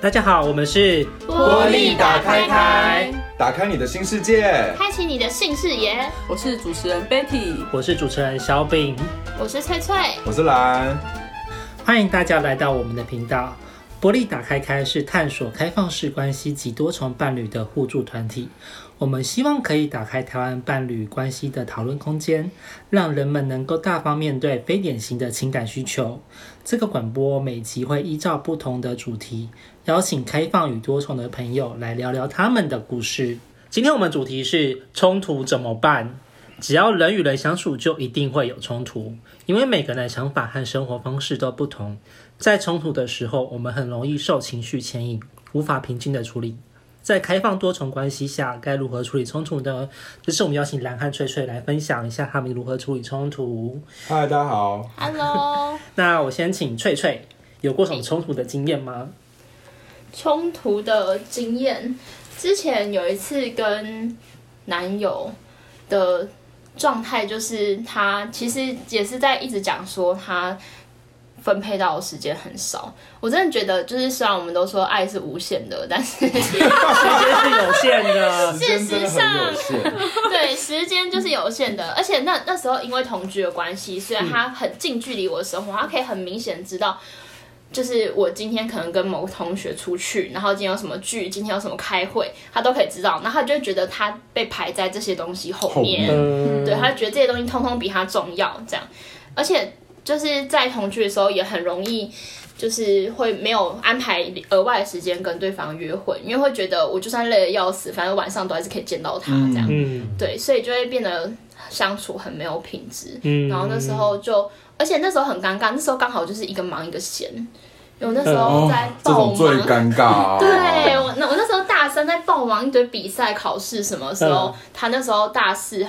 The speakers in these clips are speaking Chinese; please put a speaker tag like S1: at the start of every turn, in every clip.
S1: 大家好，我们是
S2: 玻璃打开开，
S3: 打开你的新世界。
S2: 开启你的新视野。
S4: 我是主持人 Betty，
S1: 我是主持人小饼，
S2: 我是翠翠，
S3: 我是蓝，
S1: 欢迎大家来到我们的频道。玻璃打开开是探索开放式关系及多重伴侣的互助团体。我们希望可以打开台湾伴侣关系的讨论空间，让人们能够大方面对非典型的情感需求。这个广播每集会依照不同的主题，邀请开放与多重的朋友来聊聊他们的故事。今天我们主题是冲突怎么办？只要人与人相处，就一定会有冲突，因为每个人的想法和生活方式都不同。在冲突的时候，我们很容易受情绪牵引，无法平静的处理。在开放多重关系下，该如何处理冲突呢？这次我们邀请蓝和翠翠来分享一下他们如何处理冲突。
S3: 嗨，大家好。
S2: Hello，
S1: 那我先请翠翠，有过什么冲突的经验 吗？
S2: 冲突的经验，之前有一次跟男友的状态，就是他其实也是在一直讲说他分配到的时间很少。我真的觉得，就是虽然我们都说爱是无限的，但是
S1: 时间是有限的，
S3: 时间真的很有限，
S2: 对时间就是有限的。而且那那时候因为同居的关系，虽然他很近距离我的生活，他可以很明显知道。就是我今天可能跟某个同学出去，然后今天有什么剧，今天有什么开会，他都可以知道，然后他就会觉得他被排在这些东西后
S3: 后
S2: 面
S3: 面，
S1: 嗯，
S2: 对，他觉得这些东西通通比他重要，这样。而且就是在同居的时候也很容易，就是会没有安排额外的时间跟对方约会，因为会觉得我就算累得要死，反正晚上都还是可以见到他这样。
S1: 嗯
S2: 对，所以就会变得相处很没有品质。
S1: 嗯
S2: 然后那时候就，而且那时候很尴尬，那时候刚好就是一个忙一个闲，因为我那时
S1: 嗯哦
S2: 候在
S3: 哦这
S2: 爆
S3: 种最
S2: 忙。
S3: 尴尬、哦。
S2: 对我那我那时候大三在爆忙一堆比赛考试什么时候，
S1: 嗯
S2: 他那时候大四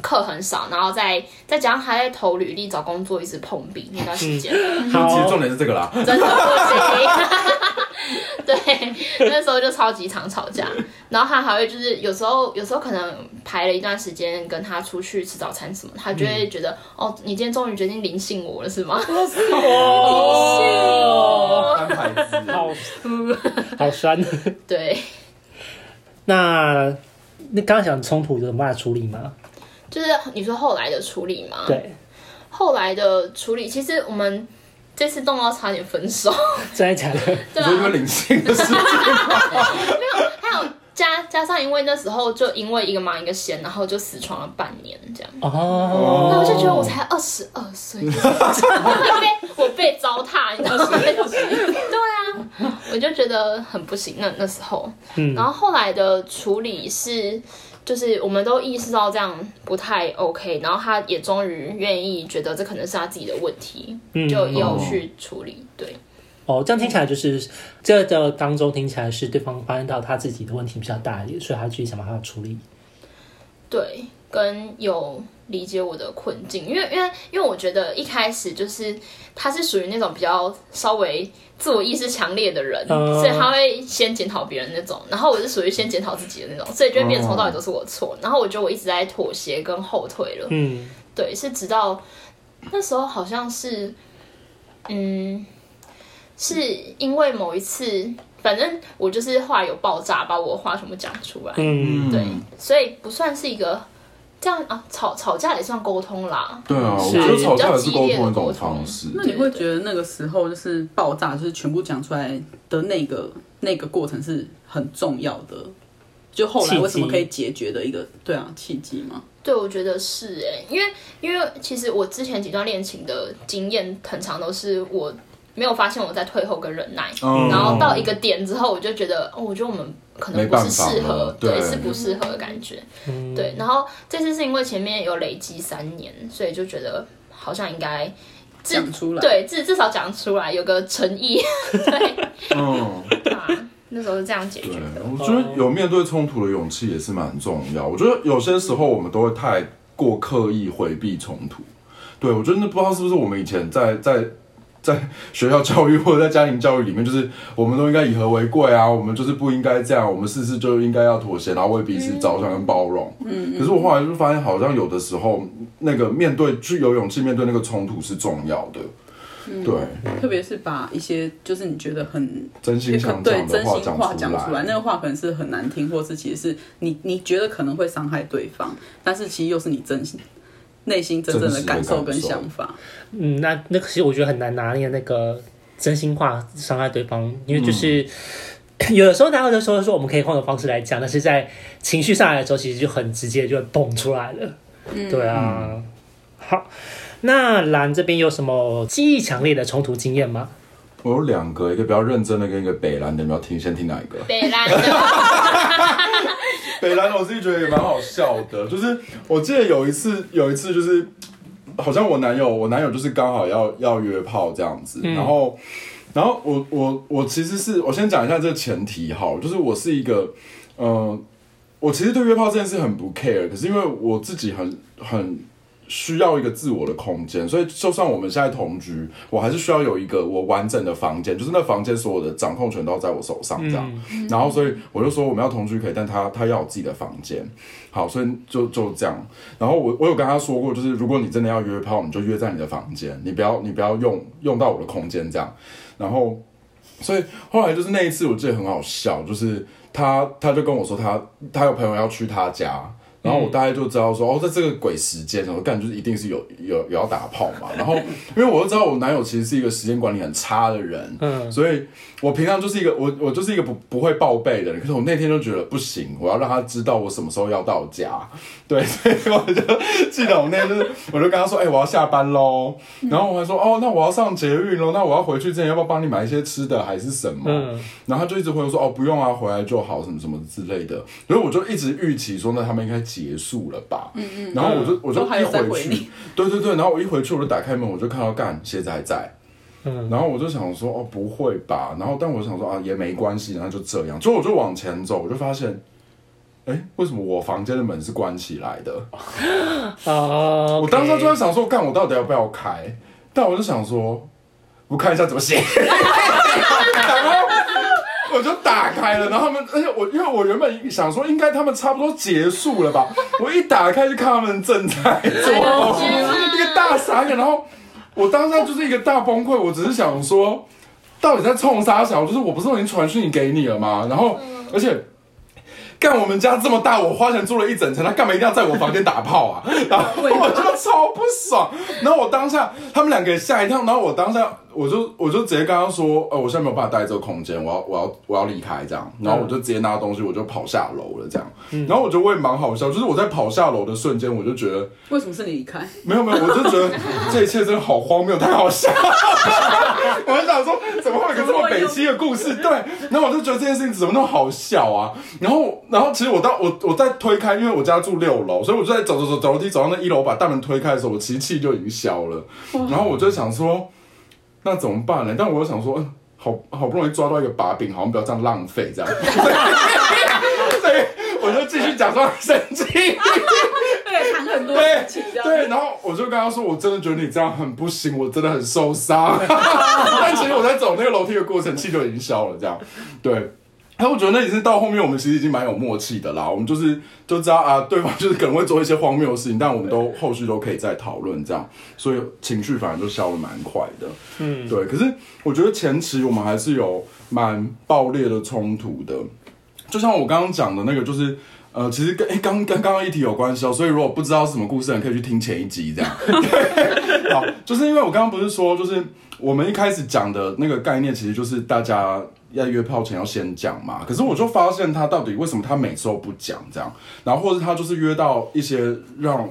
S2: 课很少，然后再再加上他在投履历找工作一直碰壁那段时间，
S1: 嗯
S3: 其实
S1: 好
S3: 重，点是这个啦。
S2: 真的不行。 对，那时候就超级常吵架，然后他还会就是有时候有时候可能排了一段时间跟他出去吃早餐什么，他就会觉得、哦，你今天终于决定灵性我了是吗？
S1: 嗯哦，
S3: 安排子，
S1: 好，好酸。
S2: 对，
S1: 那那刚刚讲冲突有办法处理吗？
S2: 就是你说后来的处理嘛，
S1: 对，
S2: 后来的处理，其实我们这次动到差点分手，
S1: 真的假 的？
S3: 你
S2: 对
S3: 说因为
S2: 啊，
S3: 灵性的事情，
S2: 还有加加上因为那时候就因为一个忙一个闲，然后就死床了半年这样。
S1: 哦，
S2: 那我就觉得我才二十二岁， 我被我被糟蹋，你知道吗？对啊，我就觉得很不行。那那时候，
S1: 嗯
S2: 然后后来的处理是，就是我们都意识到这样不太 OK，然后他也终于愿意觉得这可能是他自己的问题，
S1: 嗯
S2: 就也有去处理。对，
S1: 哦，这样听起来就是这个当中听起来是对方发现到他自己的问题比较大一点，所以他自己想办法处理。
S2: 对，跟有理解我的困境，因为因为因为我觉得一开始就是他是属于那种比较稍微自我意识强烈的人，
S1: 嗯
S2: 所以他会先检讨别人那种，然后我是属于先检讨自己的那种，所以就会变成从头到尾都是我错，然后我觉得我一直在妥协跟后退了，
S1: 嗯
S2: 对，是直到那时候好像是，嗯，是因为某一次，反正我就是话有爆炸，把我话全部讲出来，
S1: 嗯，
S2: 对，所以不算是一个这样啊，吵吵架也算沟通啦。
S3: 对啊，我
S1: 是
S3: 觉得吵架也是沟通的一种方式。
S2: 啊
S4: 那你会觉得那个时候就是爆炸，就是全部讲出来的那个那个过程是很重要的，就后来为什么可以解决的一个对啊契机吗？
S2: 对，我觉得是哎、因为因为其实我之前几段恋情的经验，很长都是我没有发现我在退后跟忍耐，
S3: 嗯
S2: 然后到一个点之后，我就觉得哦，我觉得我们可能
S3: 没
S2: 不
S3: 办
S2: 是
S3: 法
S2: 适合
S3: 了，
S2: 对，
S3: 对
S2: 是不适合的感觉，
S4: 嗯
S2: 对。然后这次是因为前面有累积三年，所以就觉得好像应该至
S4: 讲出来，，
S2: 对至至少讲出来，有个诚意
S3: 嗯，
S2: 啊，那时候是这样解
S3: 对
S2: 决的，，
S3: 我觉得有面对冲突的勇气也是蛮重要。我觉得有些时候我们都会太过刻意回避冲突。对，我觉得那不知道是不是我们以前在在在学校教育或者在家庭教育里面，就是我们都应该以和为贵啊，我们就是不应该这样，我们事事就应该要妥协，然后为彼此着想跟包容。嗯，可是我后来就发现，好像有的时候那个面对具有勇气面对那个冲突是重要的。
S4: 嗯
S3: 对，
S4: 特别是把一些就是你觉得很
S3: 真心想
S4: 对
S3: 讲
S4: 真
S3: 的话
S4: 心话讲
S3: 出
S4: 出来，
S3: 来，
S4: 那个话可能是很难听，或是其实是你你觉得可能会伤害对方，但是其实又是你真心内心真正
S3: 真实
S4: 的
S3: 的
S4: 感受跟
S3: 感受
S4: 想法。
S1: 嗯，那那个其实我觉得很难拿捏那个真心话伤害对方，因为
S3: 嗯
S1: 就是、 有的时候拿到的时候说我们可以换个方式来讲，但是在情绪上来的时候，其实就很直接就会蹦出来了。嗯，对啊。好，那兰这边有什么记忆强烈的冲突经验吗？
S3: 我有两个，一个比较认真的，跟一个北兰的，你们要听先听哪一个？
S2: 北兰的
S3: 北兰，我自己觉得也蛮好笑的，就是我记得有一次，有一次就是好像我男友，我男友就是刚好要要约炮这样子，然后然后我我我其实是我先讲一下这个前提好了，就是我是一个呃，我其实对约炮这件事很不 care，可是因为我自己很很。需要一个自我的空间，所以就算我们现在同居，我还是需要有一个我完整的房间，就是那房间所有的掌控权都在我手上这样。然后所以我就说我们要同居可以，但他他要有自己的房间。好，所以就就这样。然后我我有跟他说过，就是如果你真的要约炮，你就约在你的房间，你不要你不要用用到我的空间这样。然后，所以后来就是那一次，我记得很好笑，就是他他就跟我说他他有朋友要去他家。然后我大概就知道说，哦，在这个鬼时间，我干就是一定是有有有要打炮嘛。然后，因为我就知道我男友其实是一个时间管理很差的人，
S1: 嗯
S3: 所以我平常就是一个我我就是一个不不会报备的人，可是我那天就觉得不行，我要让他知道我什么时候要到家， 对，所以我就记得我那天就是我就跟他说，哎、我要下班喽，
S4: 嗯
S3: 然后我还说，哦，那我要上捷运喽，那我要回去之前要不要帮你买一些吃的还是什么？
S1: 嗯
S3: 然后他就一直回我说，哦，不用啊，回来就好，什么什么之类的，所以我就一直预期说，那他们应该结束了吧，嗯嗯，然后我就我就
S4: 都还有在
S3: 一
S4: 回
S3: 回去
S4: 你，
S3: 对对对，然后我一回去我就打开门，我就看到干鞋子还在。
S4: 嗯
S3: 然后我就想说，哦，不会吧？然后但我想说啊，也没关系，然后就这样。就我就往前走，我就发现，哎，为什么我房间的门是关起来的？
S1: 哦，
S3: 我当时就在想说，干，我到底要不要开？但我就想说，我看一下怎么写。 然后我就打开了，然后他们，而且我因为我原本想说，应该他们差不多结束了吧？我一打开就看他们正在做梦，一个大傻眼，然后我当下就是一个大崩溃，我只是想说，到底在冲啥小？就是我不是都已经传讯给你了吗？然后，而且。干我们家这么大，我花钱租了一整层，他干嘛一定要在我房间打炮啊？然后我就超不爽。然后我当下他们两个也吓一跳，然后我当下我就我就直接跟他说，呃，我现在没有办法待在这个空间，我要我要我要离开这样。然后我就直接拿东西，我就跑下楼了这样。然后我就我也蛮好笑，就是我在跑下楼的瞬间，我就觉得
S4: 为什么是你离开？
S3: 没有没有，我就觉得这一切真的好荒谬，太好笑 了。我就想说，怎么会有一个这么北西的故事？对，然后我就觉得这件事情怎么那么好笑啊？然后，然后其实我到我我在推开，因为我家住六楼，所以我就在走走走走楼梯，走到那一楼把大门推开的时候，我其实气就已经消了。然后我就想说，那怎么办呢？但我又想说，嗯好好不容易抓到一个把柄，好像不要这样浪费这样。 所以我就继续假装生气。
S4: 对，哎谈很多
S3: 对
S4: 事情这样。
S3: 哎对，然后我就跟他说，我真的觉得你这样很不行，我真的很受伤。但其实我在走那个楼梯的过程，气就已经消了，这样。对。然后我觉得那也是到后面，我们其实已经蛮有默契的啦。我们就是就知道啊，对方就是可能会做一些荒谬的事情，但我们都后续都可以再讨论这样，所以情绪反而就消的蛮快的。嗯，对。可是我觉得前期我们还是有蛮爆裂的冲突的，就像我刚刚讲的那个，就是呃，其实跟诶刚跟刚刚一题有关系哦，所以如果不知道是什么故事的人，可以去听前一集这样。对，好，就是因为我刚刚不是说，就是我们一开始讲的那个概念，其实就是大家要约炮前要先讲嘛。可是我就发现他到底为什么他每次都不讲这样，然后或者他就是约到一些让。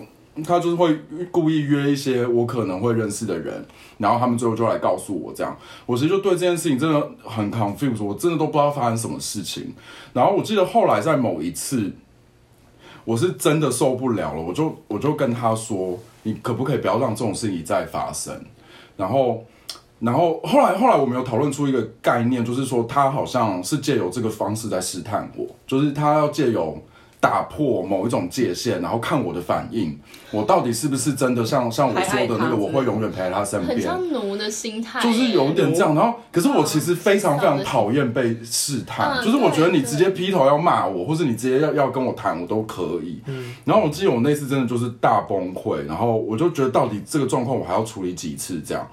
S3: 他就是会故意约一些我可能会认识的人，然后他们最后就来告诉我这样。我其实就对这件事情真的很 confused，我真的都不知道发生什么事情。然后我记得后来在某一次，我是真的受不了了，我就我就跟他说，你可不可以不要让这种事情一再发生？然后，然后后来后来我们有讨论出一个概念，就是说他好像是借由这个方式在试探我，就是他要借由。打破某一种界限，然后看我的反应，我到底是不是真的像像我说的那
S4: 还爱他
S3: 个，我
S4: 之类
S3: 会
S4: 的
S3: 永远陪在他身边，
S2: 很像奴的心态，
S3: 就是有点这样。然后，可是我其实非常非常讨厌被试探，
S2: 嗯
S3: 就是我觉得你直接劈头要骂我，或是你直接要要跟我谈，我都可以。然后我记得我那次真的就是大崩溃，然后我就觉得到底这个状况我还要处理几次这样。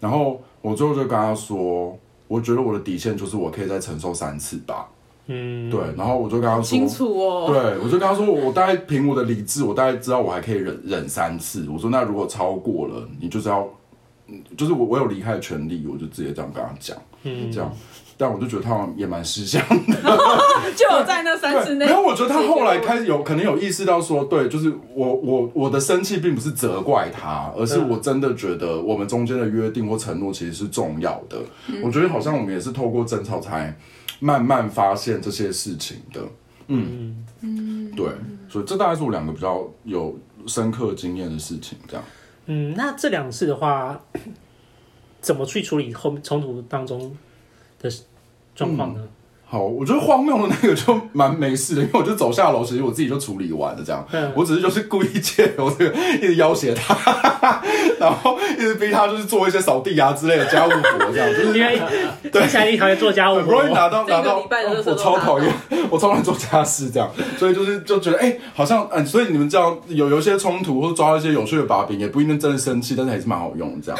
S3: 然后我最后就跟他说，我觉得我的底线就是我可以再承受三次吧。
S1: 嗯，
S3: 对，然后我就跟他说，
S4: 清楚哦。
S3: 对，我就跟他说，我大概凭我的理智，我大概知道我还可以忍忍三次。我说那如果超过了，你就是要，嗯就是我我有离开的权利，我就直接这样跟他讲，
S1: 嗯
S3: 这样。但我就觉得他好像也蛮识相的，
S4: 就有在那三
S3: 对，
S4: 次内
S3: 没，有，我觉得他后来开始有可能有意识到说，对，就是我我我的生气并不是责怪他，而
S4: 嗯
S3: 是我真的觉得我们中间的约定或承诺其实是重要的。
S4: 嗯
S3: 我觉得好像我们也是透过争吵才慢慢发现这些事情的。
S1: 嗯，
S3: 对，所以这大概是我两个比较有深刻经验的事情，这样。
S1: 嗯，那这两次的话， 怎么去处理后面冲突当中的状况呢？
S3: 好，我觉得荒谬的那个就蛮没事的，因为我就走下楼，其实我自己就处理完了这样。
S1: 嗯
S3: 我只是就是故意借由这个一直要挟他， 然后一直逼他就是做一些扫地啊之类的家务活这样，就 是
S1: 因为听起来你讨厌做家务
S3: 嗯很不容易
S1: 活，
S3: 拿到拿到，哦
S4: 这个礼拜的热搜
S3: 我
S4: 都
S3: 超
S4: 拿
S3: 讨厌， 我超讨厌做家事这样，所以就是就觉得哎、好像嗯、所以你们这样有有一些冲突或抓到一些有趣的把柄，也不一定真的生气，但是还是蛮好用这样。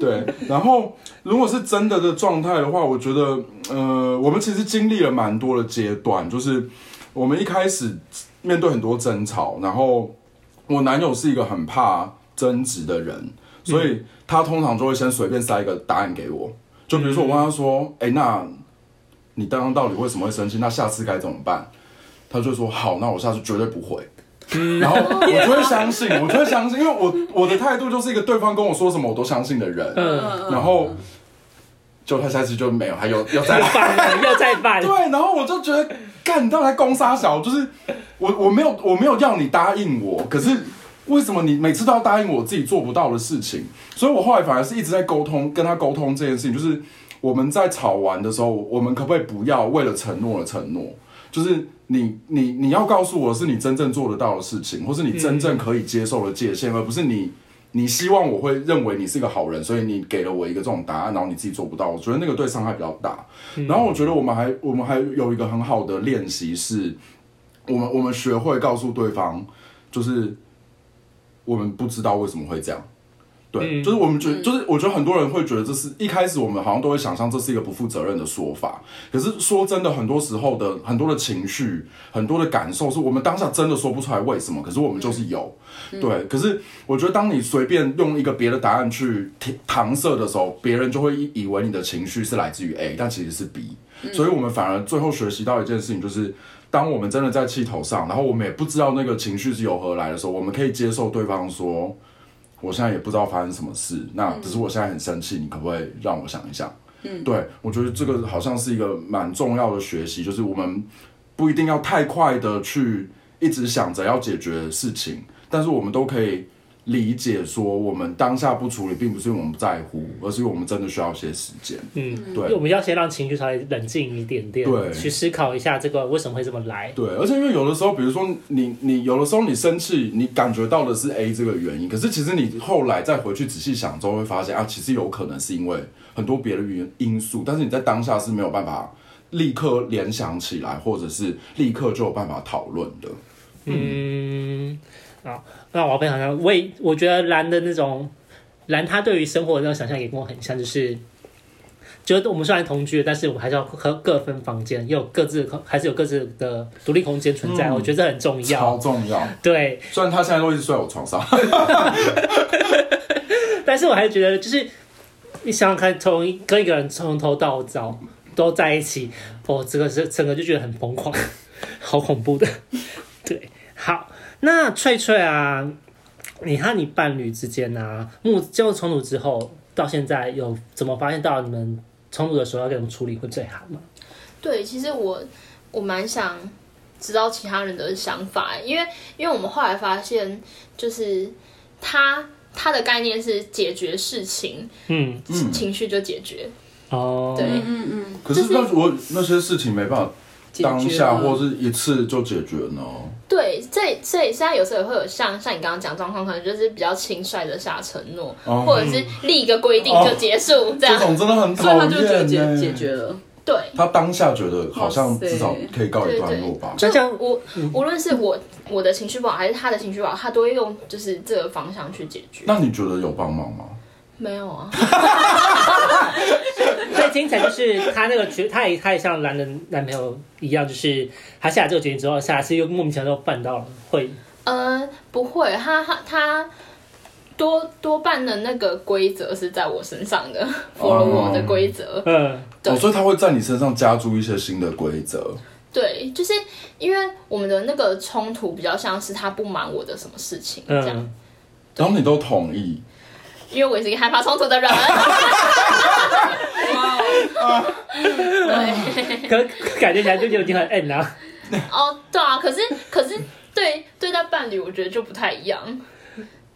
S3: 对，然后如果是真的的状态的话，我觉得呃，我们其实经历了蛮多的阶段，就是我们一开始面对很多争吵，然后我男友是一个很怕争执的人，所
S4: 嗯
S3: 以他通常就会先随便塞一个答案给我。就比如
S4: 嗯
S3: 说我问他说：“哎、那你刚刚到底为什么会生气？那下次该怎么办？”他就说：“好，那我下次绝对不会。”然后我就会相信，我就会相信，因为我我的态度就是一个对方跟我说什么我都相信的人。
S1: 嗯，
S3: 然后就他下次就没有，还有要再来。
S1: 犯了又再 犯，
S3: 对，然后我就觉得，干，你到底在攻杀小？就是我我没有我没有要你答应我，可是为什么你每次都要答应我自己做不到的事情？所以我后来反而是一直在沟通，跟他沟通这件事情，就是我们在吵完的时候，我们可不可以不要为了承诺而承诺？就是你你你要告诉我是你真正做得到的事情，或是你真正可以接受的界限，而不是你。你希望我会认为你是一个好人，所以你给了我一个这种答案，然后你自己做不到，我觉得那个对伤害比较大。
S1: 嗯
S3: 然后我觉得我们还我们还有一个很好的练习是，我们我们学会告诉对方，就是我们不知道为什么会这样。对，
S1: 嗯
S3: 就是我们觉，就是我觉得很多人会觉得这是一开始我们好像都会想象这是一个不负责任的说法，可是说真的，很多时候的很多的情绪、很多的感受，是我们当下真的说不出来为什么，可是我们就是有。对，可是我觉得当你随便用一个别的答案去搪搪塞的时候，别人就会以以为你的情绪是来自于 A，但其实是 B。所以我们反而最后学习到一件事情，就是当我们真的在气头上，然后我们也不知道那个情绪是由何来的时候，我们可以接受对方说。我现在也不知道发生什么事，那只是我现在很生气，你可不可以让我想一想？嗯，对，我觉得这个好像是一个蛮重要的学习，就是我们不一定要太快的去一直想着要解决事情，但是我们都可以理解说，我们当下不处理，并不是因为我们不在乎，而是因为我们真的需要一些时间。
S1: 嗯，
S3: 对
S1: 因为我们要先让情绪稍微冷静一点点，
S3: 对
S1: 去思考一下这个为什么会这么来，
S3: 对，而且因为有的时候，比如说你你有的时候你生气，你感觉到的是 A 这个原因，可是其实你后来再回去仔细想之后，会发现啊，其实有可能是因为很多别的原因素，但是你在当下是没有办法立刻联想起来，或者是立刻就有办法讨论的。
S1: 嗯，啊，那我要分享一下，我也我觉得兰的那种兰，她对于生活的那种想象也跟我很像，就是觉得我们虽然同居，但是我们还是要各各分房间，也有各自的空还是有各自的独立空间存在，
S3: 嗯
S1: 我觉得这很重
S3: 超
S1: 要。
S3: 重要，
S1: 对，
S3: 虽然他现在都一直睡在我床上，
S1: 但是我还是觉得，就是你想想看，从一跟一个人从头到脚都在一起，哦，这个是整个就觉得很疯狂，好恐怖的。对，好，那翠翠啊，你和你伴侣之间啊，目进入冲突之后到现在，有怎么发现到你们冲突的时候要怎么处理会最好吗？
S2: 对，其实我我蛮想知道其他人的想法，因为因为我们后来发现，就是他他的概念是解决事情，
S1: 嗯，
S3: 嗯
S2: 情绪就解决，
S1: 哦，
S2: 对，
S4: 嗯嗯，
S3: 可是那我那些事情没办法
S4: 解决
S3: 当下
S4: 了啊
S3: 或是一次就解决呢？
S2: 对，这这现在有时候也会有像像你刚刚讲的状况，可能就是比较轻率的下承诺，
S3: 哦
S2: 或者是立一个规定就结束、这
S3: 这
S2: 样。
S3: 种真的很
S4: 所
S3: 讨
S4: 以
S3: 厌、
S4: 他就觉得解
S3: 呢
S4: 解决了，
S2: 对，
S3: 他当下觉得好像至少可以告一
S2: 对
S3: 段落
S2: 对
S3: 吧，。
S1: 那这样
S2: 我
S3: 嗯
S2: 无论是我我的情绪不好，还是他的情绪不好，他都会用就是这个方向去解决。
S3: 那你觉得有帮忙吗？
S2: 没有啊，
S1: 最精彩就是她那个决，她也她也像男人男朋友一样，就是她下了这个决定之后，下一次又莫名其妙就办到了，会
S2: 呃，不会，他他他多多半的那个规则是在我身上的，follow 我的规则。
S1: 嗯，
S2: 对
S3: 哦，所以他会在你身上加注一些新的规则。
S2: 对，就是因为我们的那个冲突比较像是他不满我的什么事情这样，
S1: 嗯
S3: 然后你都同意，
S2: 因为我也是一个害怕冲突的人。
S4: 哇哦，
S1: 可可感觉起来就有点很硬啊。
S2: 哦，对啊，可是可是对对待伴侣，我觉得就不太一样。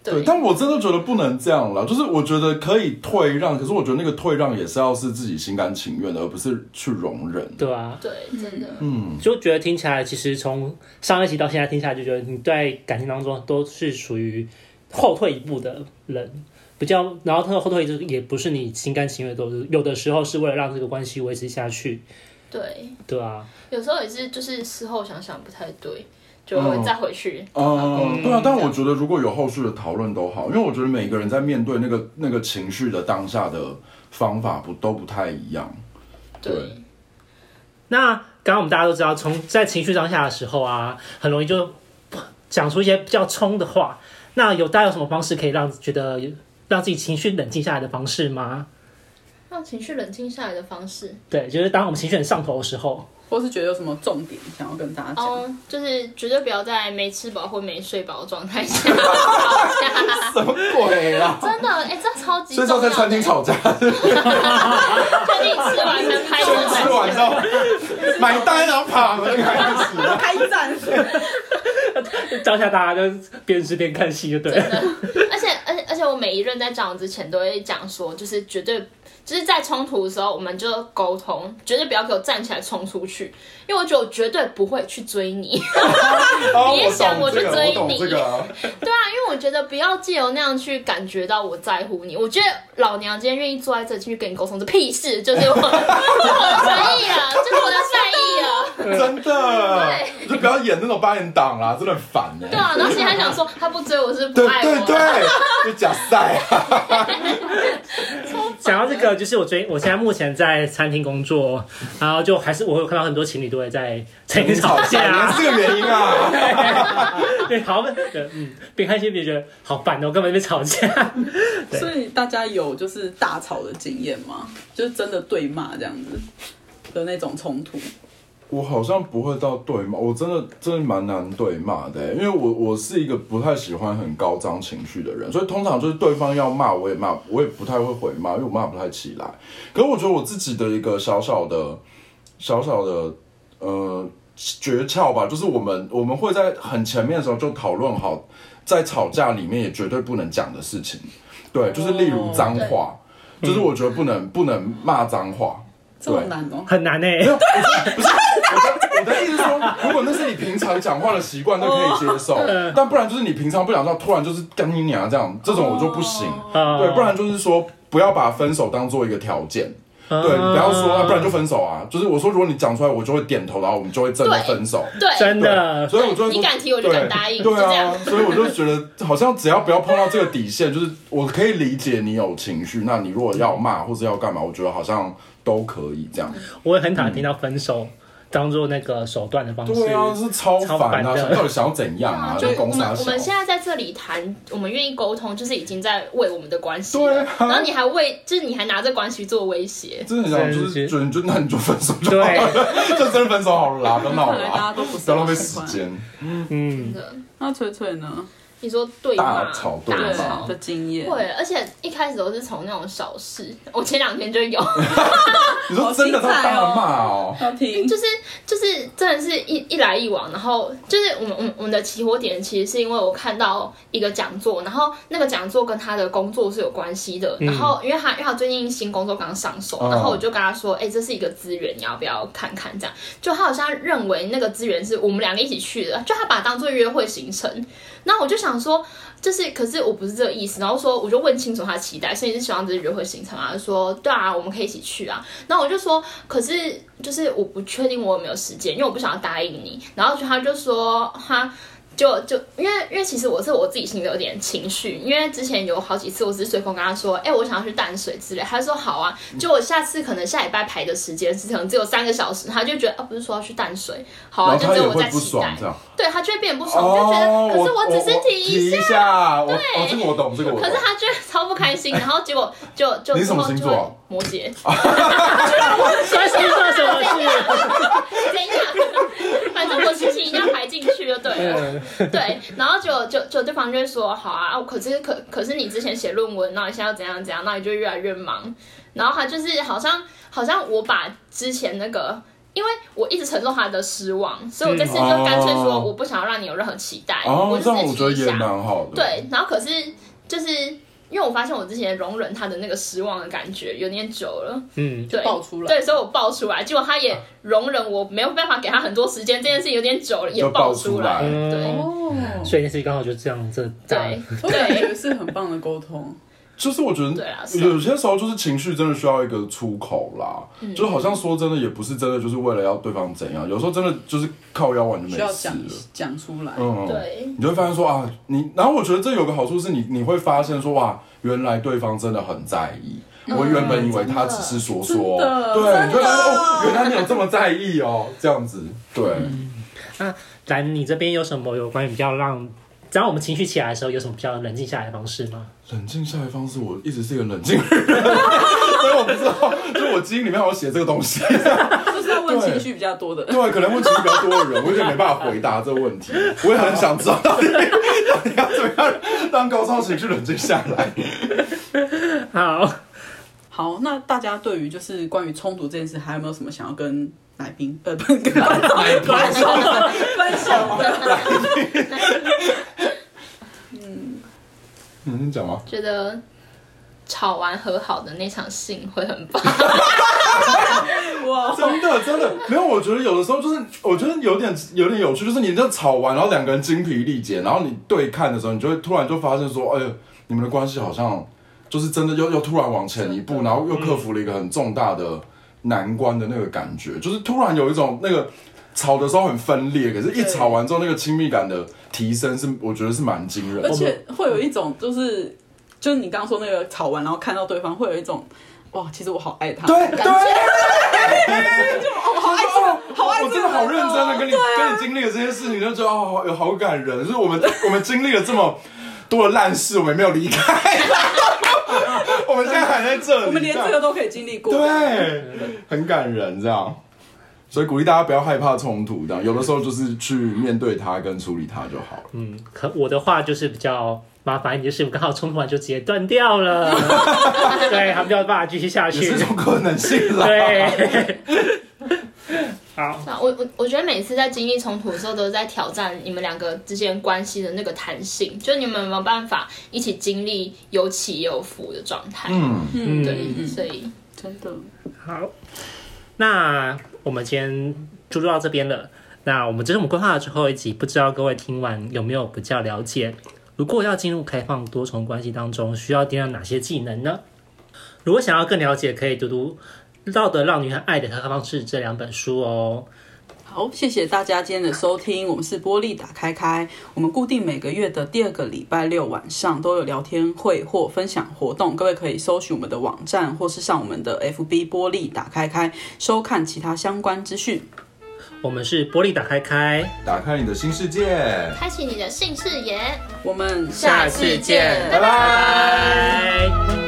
S2: 对，
S3: 但我真的觉得不能这样了。就是我觉得可以退让，可是我觉得那个退让也是要是自己心甘情愿的，而不是去容忍。
S1: 对啊，
S2: 对，真的，
S1: 就觉得听起来，其实从上一集到现在听下来，就觉得你在感情当中都是属于后退一步的人，比较，然后他的后退就是也不是你心甘情愿的，都是有的时候是为了让这个关系维持下去，
S2: 对，
S1: 对啊，
S2: 有时候也是就是事后想想不太对，就会再回去。
S3: 哦、对啊，但我觉得如果有后续的讨论都好，因为我觉得每个人在面对那个那个情绪的当下的方法不都不太一样。
S2: 对，
S1: 那刚刚我们大家都知道，从在情绪当下的时候啊，很容易就讲出一些比较冲的话。那有大家有什么方式可以让觉得让自己情绪冷静下来的方式吗？
S2: 让情绪冷静下来的方式，
S1: 对，就是当我们情绪很上头的时候，
S4: 或是觉得有什么重点想要跟大家 讲？
S2: 哦，就是绝对不要在没吃饱或没睡饱的状态 下
S3: 什么鬼啦？
S2: 真的，哎、这超级
S3: 所
S2: 重
S3: 以是
S2: 要的。
S3: 要在餐厅吵架，
S2: 确定吃完才拍桌
S3: 吃完之后买单然后爬门开始。
S4: 开战！
S1: 教下大家就边吃边看戏就对了。
S2: 而且而且而且，我每一任在交往之前都会讲说，就是绝对就是在冲突的时候，我们就沟通，绝对不要给我站起来冲出去，因为我觉得我绝对不会去追 你。
S3: 哦
S2: 你也想
S3: 我
S2: 我
S3: 懂
S2: 去
S3: 这个
S2: 追
S3: 我懂
S2: 你
S3: 这个啊。
S2: 对啊，因为我觉得不要借由那样去感觉到我在乎你。我觉得老娘今天愿意坐在这继续跟你沟通，这屁事，就是我 我的诚意了，就是我的善意啊了。
S3: 真的，你就不要演那种八点档啦，真的很烦呢、
S2: 对 啊，然后现在还想说他不追我是不
S3: 对
S2: 爱我，啊
S3: 对对，就假赛啊，
S1: 讲到这个，就是我最我现在目前在餐厅工作，然后就还是我有看到很多情侣都会在餐厅吵 架、
S3: 原来
S1: 啊，
S3: 是这个原因啊。
S1: 对，好，对嗯，边看戏边觉得好烦哦，干嘛在那边吵架？对
S4: 所以大家有就是大吵的经验吗？就是真的对骂这样子的那种冲突？
S3: 我好像不会到对骂，我真的真的蛮难对骂的、欸因为我我是一个不太喜欢很高涨情绪的人，所以通常就是对方要骂我也骂，我也不太会回骂，因为我骂不太起来。可是我觉得我自己的一个小小的小小的呃诀窍吧，就是我们我们会在很前面的时候就讨论好，在吵架里面也绝对不能讲的事情，对，就是例
S4: 哦
S3: 如脏话，就是我觉得不能不能骂脏话，
S4: 这么难哦、
S1: 很难呢、欸
S3: 没有，不是，我的我的意思是说，如果那是你平常讲话的习惯，那可以接受，
S2: 哦
S3: 但不然就是你平常不讲话，突然就是干你娘这样，这种我就不行。
S2: 哦
S1: 啊
S3: 对，不然就是说不要把分手当做一个条件。对，你不要说，啊、不
S1: 呃
S3: 然就分手啊。就是我说，如果你讲出来，我就会点头，然后我们就会真的分手。
S2: 对
S1: 真
S3: 对
S1: 的，
S3: 所以我就会说
S2: 你敢提我就敢答应
S3: 对
S2: 就这
S3: 对啊
S2: 样，
S3: 所以我就觉得好像只要不要碰到这个底线，就是我可以理解你有情绪，那你如果要骂或者要干嘛，我觉得好像都可以这样。
S1: 我也很讨厌听到分手当做那个手段的方式。
S3: 对啊，这是超
S1: 超
S3: 烦
S1: 烦
S3: 啊！
S1: 的
S3: 想到底想要怎样啊？
S2: 就
S3: 就是
S2: 我
S3: 公
S2: 们
S3: 杀
S2: 我
S3: 小。
S2: 们现在在这里谈，我们愿意沟通，就是已经在为我们的关系了。
S3: 对啊
S2: 然后你还为，就是你还拿这关系做威胁。
S3: 真的很想，就
S1: 真
S3: 是
S1: 的
S3: 就就那你就分手就好
S1: 对
S3: 了， 就真的分手好了 啦，不要闹
S4: 看
S3: 了
S4: 来大家
S3: 啦，
S4: 都不是
S3: 不要浪费
S4: 很
S3: 时
S4: 喜欢。
S3: 间。
S1: 嗯，
S4: 那翠翠呢？
S2: 你说对骂
S3: 大吵对
S2: 大
S3: 骂
S2: 吵
S4: 对的经验，
S2: 会，而且一开始都是从那种小事，我前两天就有，
S3: 你说真的
S4: 好
S3: 他
S4: 精彩哦
S3: 大骂哦，
S4: 要听
S2: 就是就是真的是一一来一往，然后就是我们我们我们的起火点其实是因为我看到一个讲座，然后那个讲座跟他的工作是有关系的，然后因为他因为他最近新工作刚上手，
S3: 哦
S2: 然后我就跟他说，哎、这是一个资源，你要不要看看？这样，就他好像认为那个资源是我们两个一起去的，就他把它当做约会行程，那我就想说。就是，可是我不是这个意思。然后说，我就问清楚他的期待，所以你是喜欢这是约会行程啊？他说对啊，我们可以一起去啊。然后我就说，可是就是我不确定我有没有时间，因为我不想要答应你。然后就他就说他就就因为因为其实我是我自己心里有点情绪，因为之前有好几次我只是随口跟他说，哎、我想要去淡水之类，他就说好啊，就我下次可能下礼拜排的时间是可能只有三个小时，他就觉得啊不是说要去淡水，好啊，
S3: 然
S2: 就
S3: 后他
S2: 只
S3: 也
S2: 有我
S3: 会
S2: 在
S3: 不
S2: 期
S3: 爽
S2: 待
S3: 这，样。
S2: 对他就会变得不爽，就觉
S3: 哦，
S2: 得可是
S3: 我
S2: 只是
S3: 提
S2: 一下，
S3: 下，我哦，这个我懂，这个我
S2: 可
S3: 懂
S2: 是。他就会超不 开心，然后结果就就
S3: 你是什么
S2: 之后
S3: 星
S2: 就
S3: 座啊
S2: 会摩羯，
S5: 关系做什么事？
S2: 怎样？ 反正我事情一定要排进去就对了。
S5: 嗯
S2: 对，然后就就就对方就会说，好啊，啊可是可可是你之前写论文，那你现在要怎样怎样，那你就越来越忙。然后他就是好像好像我把之前那个，因为我一直承受他的失望，所以我这次就干脆说
S3: 哦
S2: 我不想要让你有任何期待，
S3: 哦
S2: 我，
S3: 这
S2: 就
S3: 样
S2: 是
S3: 我觉得
S2: 提一
S3: 也
S2: 下。
S3: 蛮好的。，
S2: 对，然后可是就是因为我发现我之前容忍他的那个失望的感觉有点久了，
S5: 嗯，
S2: 对，
S4: 爆出来
S2: 对，所以我爆出来，结果他也容忍我，没有办法给他很多时间，这件事情有点久了，也
S3: 就
S2: 爆
S3: 爆
S2: 出
S3: 出
S2: 来，
S3: 来
S2: 对
S4: 哦，
S5: 所以那次刚好就这样，这炸了
S2: 对。
S4: 我感 觉是很棒的沟通，
S3: 就是我觉得
S2: 对啊啦是
S3: 有些时候就是情绪真的需要一个出口啦，
S2: 嗯
S3: 就好像说真的也不是真的就是为了要对方怎样，有时候真的就是靠腰完就
S4: 需
S3: 没
S4: 要
S3: 事
S4: 讲
S3: 了。
S4: 讲出来。
S3: 嗯，
S2: 对
S3: 你就会发现说啊，你，然后我觉得这有个好处是你，你会发现说哇，原来对方真的很在意。我原本以为他只是说说，
S4: 嗯真的
S3: 对，你就会发现哦，原来你有这么在意哦，这样子，对，
S5: 兰，你这边有什么有关于比较让，只要我们情绪起来的时候，有什么比较冷静下来的方式吗？
S3: 冷静下来方式，我一直是一个冷静的人， 所以我不知道，就是我基因里面好像写这个东西，
S4: 就是要问情绪比较多的，
S3: 对，可能问题比较多的人，我有点没办法回答这个问题。我也很想知道到底到底要怎么样让高超情绪冷静下来。
S5: 好，
S4: 好，那大家对于就是关于冲突这件事，还有没有什么想要跟来宾呃不是跟观众 观众分享的？
S3: 你先讲吗？
S2: 觉得吵完和好的那场性会很棒。
S4: 哇，
S3: 真的真的没有，我觉得有的时候就是，我觉得有点有点有趣，就是你这吵完，然后两个人精疲力竭，然后你对看的时候，你就会突然就发现说，哎呦，你们的关系好像就是真的又 又突然往前一步，然后又克服了一个很重大的难关的那个感觉，就是突然有一种那个。吵的时候很分裂，可是，一吵完之后，那个亲密感的提升是，我觉得是蛮惊人的
S4: 而。且会有一种就是就是你刚刚说那个吵完，然后看到对方会有一种哇，其实我好爱他，
S3: 对对，
S4: 我好爱这个，好爱这
S3: 我
S4: 个
S3: 真的
S4: 人哦
S3: 好认真的跟你跟你经历了这些事情，就觉得哦好有好感人。 就是我们我们经历了这么多的烂事，我们也没有离开， 我们现在还在这里，
S4: 我们连这个都可以经历过，
S3: 对，啊很感人这样。所以鼓励大家不要害怕冲突，这样有的时候就是去面对它跟处理它就好了。
S5: 嗯，可我的话就是比较麻烦一点，就是我刚好冲突完就直接断掉 了，对，还没有办法继续下
S3: 也
S5: 去
S3: 是一。种可能性啦。
S5: 对，好，
S2: 啊我我我觉得每次在经历冲突的时候，都是在挑战你们两个之间关系的那个弹性，就你们有没有办法一起经历有起有伏的状态？
S3: 嗯，
S5: 嗯
S2: 对，所以
S4: 真的
S5: 好，那我们今天就录到这边了。那我们这是我们规划的最后一集，不知道各位听完有没有比较了解？如果要进入开放多重关系当中，需要掂量哪些技能呢？如果想要更了解，可以读读《道德让女孩爱的开放式》这两本书哦。
S4: 好，谢谢大家今天的收听，我们是玻璃打开开，我们固定每个月的第二个礼拜六晚上都有聊天会或分享活动，各位可以搜寻我们的网站或是上我们的 FB 玻璃打开开收看其他相关资讯。
S5: 我们是玻璃打开开，
S3: 打开你的新世界，
S2: 开启你的性视野，
S4: 我们
S5: 下次见
S3: 拜拜。
S5: 拜。